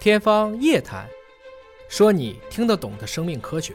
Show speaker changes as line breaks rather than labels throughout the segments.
天方夜谭，说你听得懂的生命科学。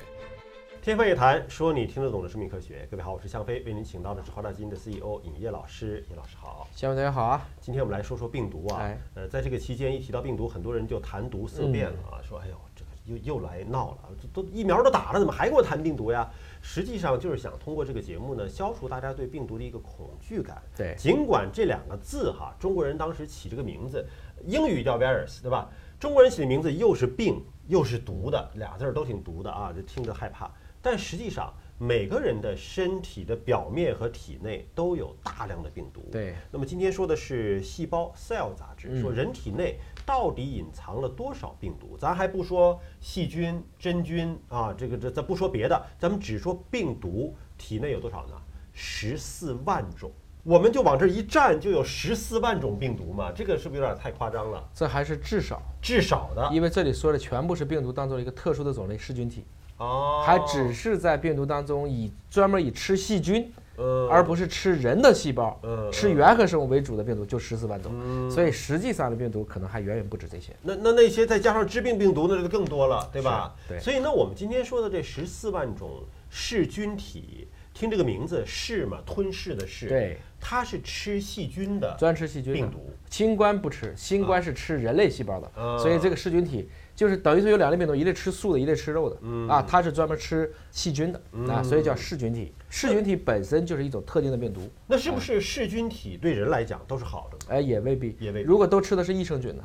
天方夜谭，说你听得懂的生命科学。各位好，我是向飞，为您请到的是华大基因的 CEO 尹烨老师。尹老师好，
下面大家好啊，
今天我们来说说病毒啊
哎。
呃，在这个期间一提到病毒，很多人就谈毒色变了啊，说哎呦，这个又又来闹了，这都疫苗都打了，怎么还给我谈病毒呀？实际上就是想通过这个节目呢，消除大家对病毒的一个恐惧感。
对
尽管这两个字哈，中国人当时起这个名字，英语叫 virus，对吧？中国人起的名字又是病又是毒的，俩字儿都挺毒的啊，这听着害怕。但实际上，每个人的身体的表面和体内都有大量的病毒。
对。
那么今天说的是《细胞 Cell》杂志，
嗯
说人体内到底隐藏了多少病毒？咱还不说细菌、真菌啊，这个这咱不说别的，咱们只说病毒体内有多少呢？十四万种。我们就往这一站，就有十四万种病毒嘛？这个是不是有点太夸张了？
这还是至少，
至少的
因为这里说的全部是病毒当做一个特殊的种类噬菌体，
哦，
还只是在病毒当中以专门以吃细菌，
呃
而不是吃人的细胞
嗯，
吃原核生物为主的病毒就十四万种，所以实际上的病毒可能还远远不止这些。
那那那些再加上致病病毒，那就更多了，对吧？
是对
所以呢，我们今天说的这十四万种噬菌体，听这个名字“噬”嘛，吞噬的“噬”，
对，
它是吃细菌的
专吃细菌
病
的
毒。
新冠不吃，新冠是吃人类细胞的，
啊
所以这个噬菌体就是等于说有两类病毒，一类吃素的，一类吃肉的，
嗯
啊，它是专门吃细菌的、啊，所以叫噬菌体。噬菌体本身就是一种特定的病毒，
那是不是噬菌体对人来讲都是好的呢？
哎，也未必，
也未必嗯
如果都吃的是益生菌呢，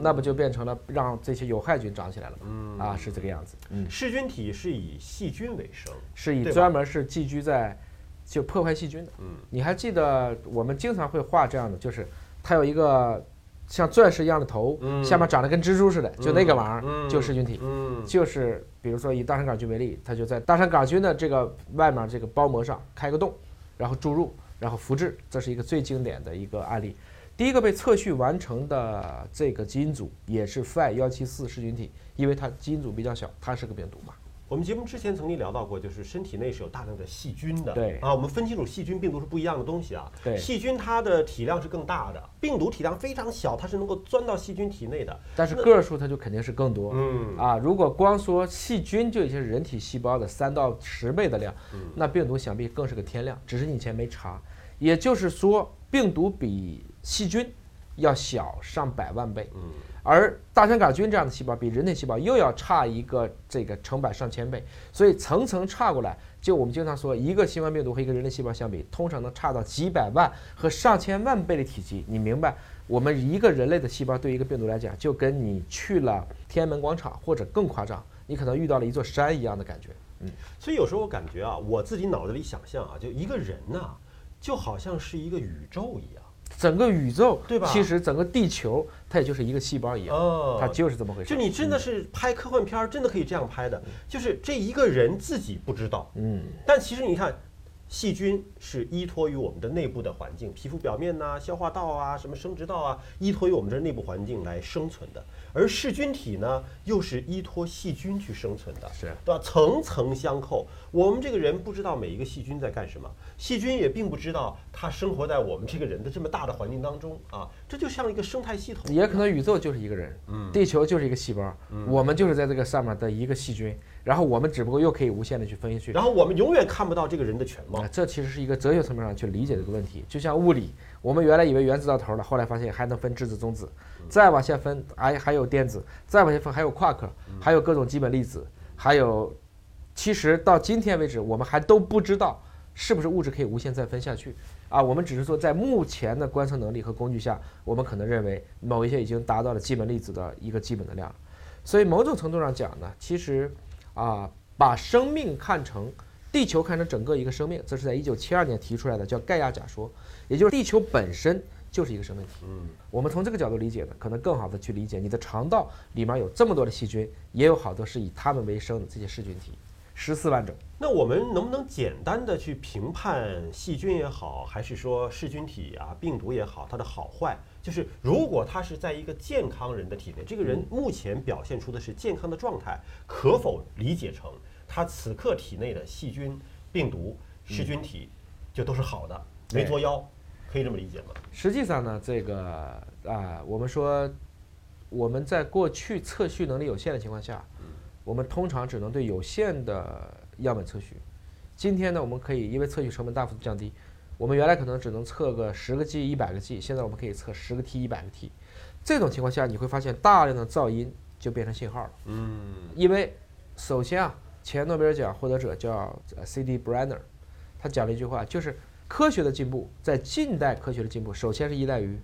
那不就变成了让这些有害菌长起来了吗？啊，是这个样子，
噬菌体是以细菌为生，
是以
对吧嗯
专门是寄居在就破坏细菌的。你还记得我们经常会画这样的，就是它有一个像钻石一样的头，下面长得跟蜘蛛似的，就那个玩意儿、就是噬菌体。
嗯，
就是比如说以大肠杆菌为例，它就在大肠杆菌的这个外面这个包膜上开个洞，然后注入，然后复制，这是一个最经典的一个案例。第一个被测序完成的这个基因组也是 Phi 幺七四噬菌体，因为它基因组比较小，它是个病毒嘛。
我们节目之前曾经聊到过，就是身体内是有大量的细菌的。
对
啊，我们分清楚细菌、病毒是不一样的东西啊。
对
细菌它的体量是更大的，病毒体量非常小，它是能够钻到细菌体内的。
但是个数它就肯定是更多。
嗯
啊，如果光说细菌就已经是人体细胞的三到十倍的量，那病毒想必更是个天量，只是你以前没查。也就是说，病毒比细菌要小上百万倍，而大肠杆菌这样的细胞比人体细胞又要差一个这个成百上千倍，所以层层差过来，就我们经常说，一个新冠病毒和一个人类细胞相比，通常能差到几百万和上千万倍的体积。你明白，我们一个人类的细胞对于一个病毒来讲，就跟你去了天安门广场或者更夸张，你可能遇到了一座山一样的感觉。
所以有时候我感觉啊，我自己脑子里想象啊，就一个人呐、就好像是一个宇宙一样。
整个宇宙，
对吧
其实整个地球，它也就是一个细胞一样，
哦
它就是这么回事。嗯
就你真的是拍科幻片儿，真的可以这样拍的，就是这一个人自己不知道，嗯，但其实你看，细菌是依托于我们的内部的环境，皮肤表面呐、消化道啊、什么生殖道啊，依托于我们这内部环境来生存的，而噬菌体呢，又是依托细菌去生存的，
是
对吧？层层相扣，我们这个人不知道每一个细菌在干什么，细菌也并不知道它生活在我们这个人的这么大的环境当中啊，这就像一个生态系统一样，
也可能宇宙就是一个人，地球就是一个细胞，我们就是在这个上面的一个细菌，然后我们只不过又可以无限的去分析去。
然后我们永远看不到这个人的全貌
啊，。这其实是一个哲学层面上去理解这个问题。就像物理，我们原来以为原子到头了，后来发现还能分质子、中子，再往下分还还有电子，再往下分还有夸克，还有各种基本粒子，还有，其实到今天为止，我们还都不知道是不是物质可以无限再分下去啊。我们只是说，在目前的观测能力和工具下，我们可能认为某一些已经达到了基本粒子的一个基本的量。所以某种程度上讲呢，其实啊，把生命看成地球看成整个一个生命，这是在一九七二年提出来的，叫盖亚假说，也就是地球本身就是一个生命体。嗯，我们从这个角度理解呢，可能更好的去理解你的肠道里面有这么多的细菌，也有好多是以它们为生的这些噬菌体，十四万种。
那我们能不能简单的去评判细菌也好，还是说噬菌体啊、病毒也好，它的好坏？就是如果它是在一个健康人的体内，这个人目前表现出的是健康的状态，可否理解成他此刻体内的细菌、病毒、噬菌体就都是好的，没作妖，可以这么理解吗？
实际上呢，这个啊、我们说我们在过去测序能力有限的情况下，我们通常只能对有限的样本测序。今天呢，我们可以因为测序成本大幅度降低，我们原来可能只能测个十个 G、一百个 G，现在我们可以测十个 T、一百个 T。这种情况下，你会发现大量的噪音就变成信号了。
嗯
因为首先啊，前诺贝尔奖获得者叫呃 C.D. Brenner，他讲了一句话，就是科学的进步，在近代科学的进步，首先是依赖于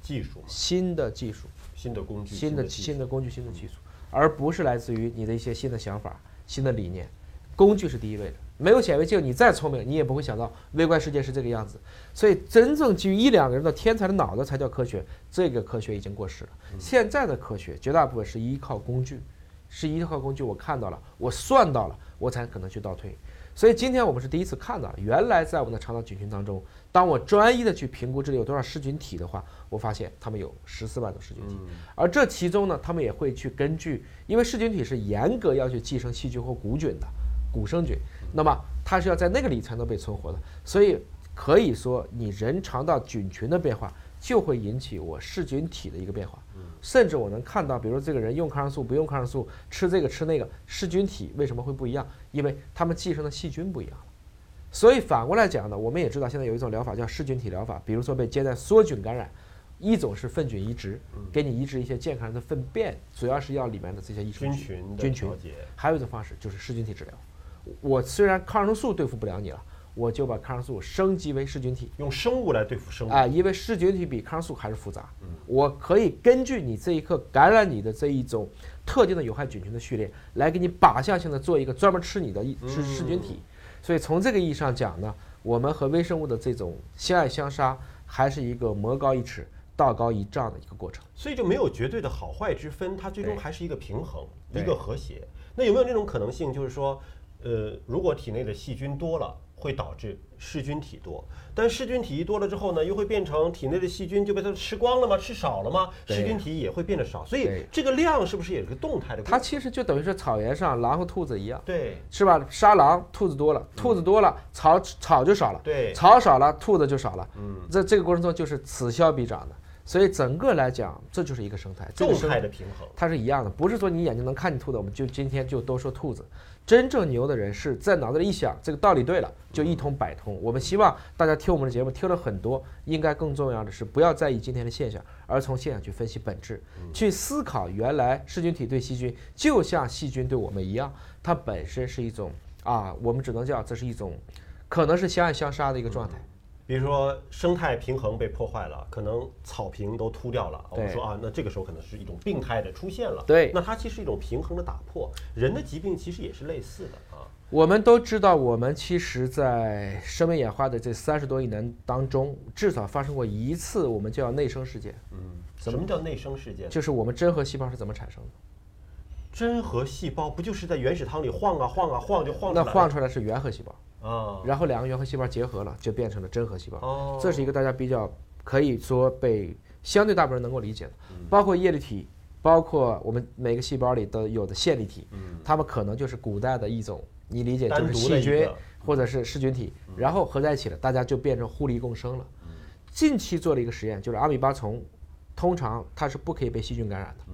技术嘛，
新的技术、
新的工具，
新的
技术
新的工具、新的技术，而不是来自于你的一些新的想法、新的理念。工具是第一位的，没有显微镜，你再聪明，你也不会想到微观世界是这个样子。所以，真正基于一两个人的天才的脑子才叫科学，这个科学已经过时了。现在的科学绝大部分是依靠工具，是依靠工具，我看到了，我算到了，我才可能去倒推。所以今天我们是第一次看到了，原来在我们的肠道菌群当中，当我专一的去评估这里有多少噬菌体的话，我发现它们有十四万种噬菌体，而这其中呢，他们也会去根据，因为噬菌体是严格要去寄生细菌或古菌的，古生菌，那么它是要在那个里才能被存活的，所以可以说你人肠道菌群的变化就会引起我噬菌体的一个变化，甚至我能看到，比如说这个人用抗生素不用抗生素，吃这个吃那个，噬菌体为什么会不一样？因为它们寄生的细菌不一样了。所以反过来讲呢，我们也知道现在有一种疗法叫噬菌体疗法，比如说被接待梭菌感染，一种是粪菌移植，
嗯
给你移植一些健康人的粪便，主要是要里面的这些益生
菌
菌。
群的
菌群
调节，
还有一种方式就是噬菌体治疗。我虽然抗生素对付不了你了，我就把抗生素升级为噬菌体，
用生物来对付生物，
啊，因为噬菌体比抗生素还是复杂。我可以根据你这一刻感染你的这一种特定的有害菌群的序列，来给你靶向性的做一个专门吃你的一吃噬菌体。所以从这个意义上讲呢，我们和微生物的这种相爱相杀，还是一个魔高一尺，道高一丈的一个过程。
所以就没有绝对的好坏之分，它最终
对
还是一个平衡，
对
一个和谐。那有没有那种可能性，就是说，呃，如果体内的细菌多了，会导致噬菌体多，但噬菌体一多了之后呢，又会变成体内的细菌就被它吃光了吗？吃少了吗？
对
噬菌体也会变得少，所以
对
这个量哎是不是也是个动态的过程？
它其实就等于是草原上狼和兔子一样，
对
是吧？杀狼，兔子多了，兔子多了，草草就少了。
嗯对，
草少了，兔子就少了。
嗯，
这这个过程中就是此消彼长的，所以整个来讲，这就是一个生态。这个
动
生
态的平衡。
它是一样的，不是说你眼睛能看见兔子，我们就今天就都说兔子。真正牛的人是在脑子里一想，这个道理对了，就一通百通。我们希望大家听我们的节目，听了很多，应该更重要的是不要在意今天的现象，而从现象去分析本质，去思考原来噬菌体对细菌，就像细菌对我们一样，它本身是一种啊，我们只能叫这是一种，可能是相爱相杀的一个状态。
比如说生态平衡被破坏了，可能草坪都秃掉了。我们
对
说啊，那这个时候可能是一种病态的出现了。
对
那它其实是一种平衡的打破。人的疾病其实也是类似的啊。
我们都知道，我们其实，在生命演化的这三十多亿年当中，至少发生过一次我们叫内生事件，
嗯，
怎
什
么
么叫内生事件？
就是我们真核细胞是怎么产生的。
真核细胞不就是在原始汤里晃啊晃啊晃就晃出
那
来
晃
了
出来是原核细胞，
啊？
然后两个原核细胞结合了，就变成了真核细胞。
哦，
这是一个大家比较可以说被相对大部分人能够理解的，
嗯
包括叶绿体，包括我们每个细胞里都有的线粒
嗯
体，它们可能就是古代的一种，你理解就
单
是
独
细
的一
菌
个嗯
或者是噬菌体，然后合在一起了，大家就变成互利共生了。近期做了一个实验，就是阿米巴虫，通常它是不可以被细菌感染的，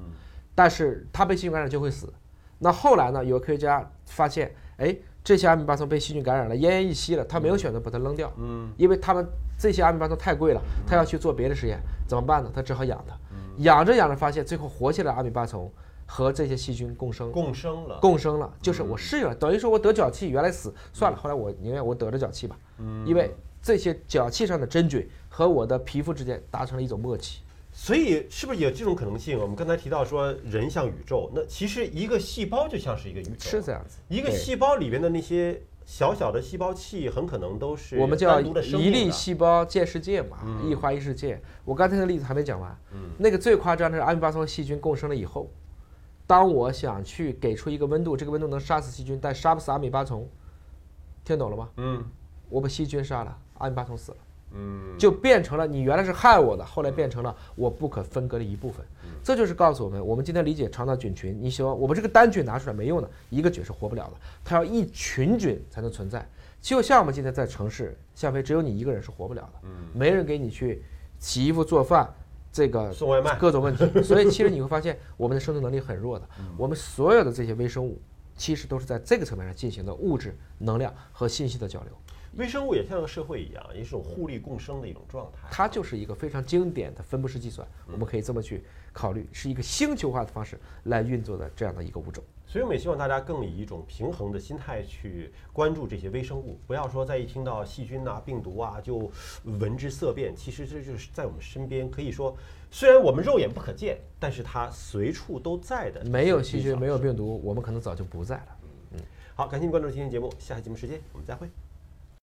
但是它被细菌感染就会死。那后来呢，有科学家发现，哎，这些阿米巴虫被细菌感染了，奄奄一息了，他没有选择把它扔掉，
嗯，
因为他们这些阿米巴虫太贵了，他要去做别的实验，怎么办呢？他只好养它，
嗯
养着养着发现，最后活下来的阿米巴虫和这些细菌共生。
共生嗯了。
共生了，就是我适应了，等于说我得脚气，原来死算了，后来我宁愿我得了脚气吧，
嗯
因为这些脚气上的真菌和我的皮肤之间达成了一种默契。
所以是不是有这种可能性？我们刚才提到说人像宇宙，那其实一个细胞就像是一个宇宙，
是这样子，
一个
对
细胞里边的那些小小的细胞器，很可能都是
我们叫
单独的生
一
命
粒
的嗯
细胞见世界嘛，一花一世界。我刚才的例子还没讲完，那个最夸张的是阿米巴虫和细菌共生了以后，当我想去给出一个温度，这个温度能杀死细菌，但杀不死阿米巴虫，听懂了吗？
嗯
我把细菌杀了，阿米巴虫死了。
嗯，
就变成了你原来是害我的，后来变成了我不可分割的一部分。
嗯
这就是告诉我们，我们今天理解肠道菌群，你喜欢我们这个单菌拿出来没用的，一个菌是活不了的，它要一群菌才能存在。就像我们今天
嗯
在城市，向飞只有你一个人是活不了的，没人给你去洗衣服、做饭、这个
送外卖，
各种问题。所以其实你会发现，我们的生存能力很弱的。
嗯
我们所有的这些微生物，其实都是在这个层面上进行的物质、能量和信息的交流。
微生物也像个社会一样，也是一种互利共生的一种状态。
它就是一个非常经典的分布式计算，我们可以这么去考虑，是一个星球化的方式来运作的这样的一个物种。
所以我们也希望大家更以一种平衡的心态去关注这些微生物，不要说在一听到细菌啊、病毒啊就闻之色变。其实这就是在我们身边，可以说虽然我们肉眼不可见，但是它随处都在的。
没有细菌，没有病毒，我们可能早就不在了。
好，感谢您关注今天节目，下期节目时间我们再会。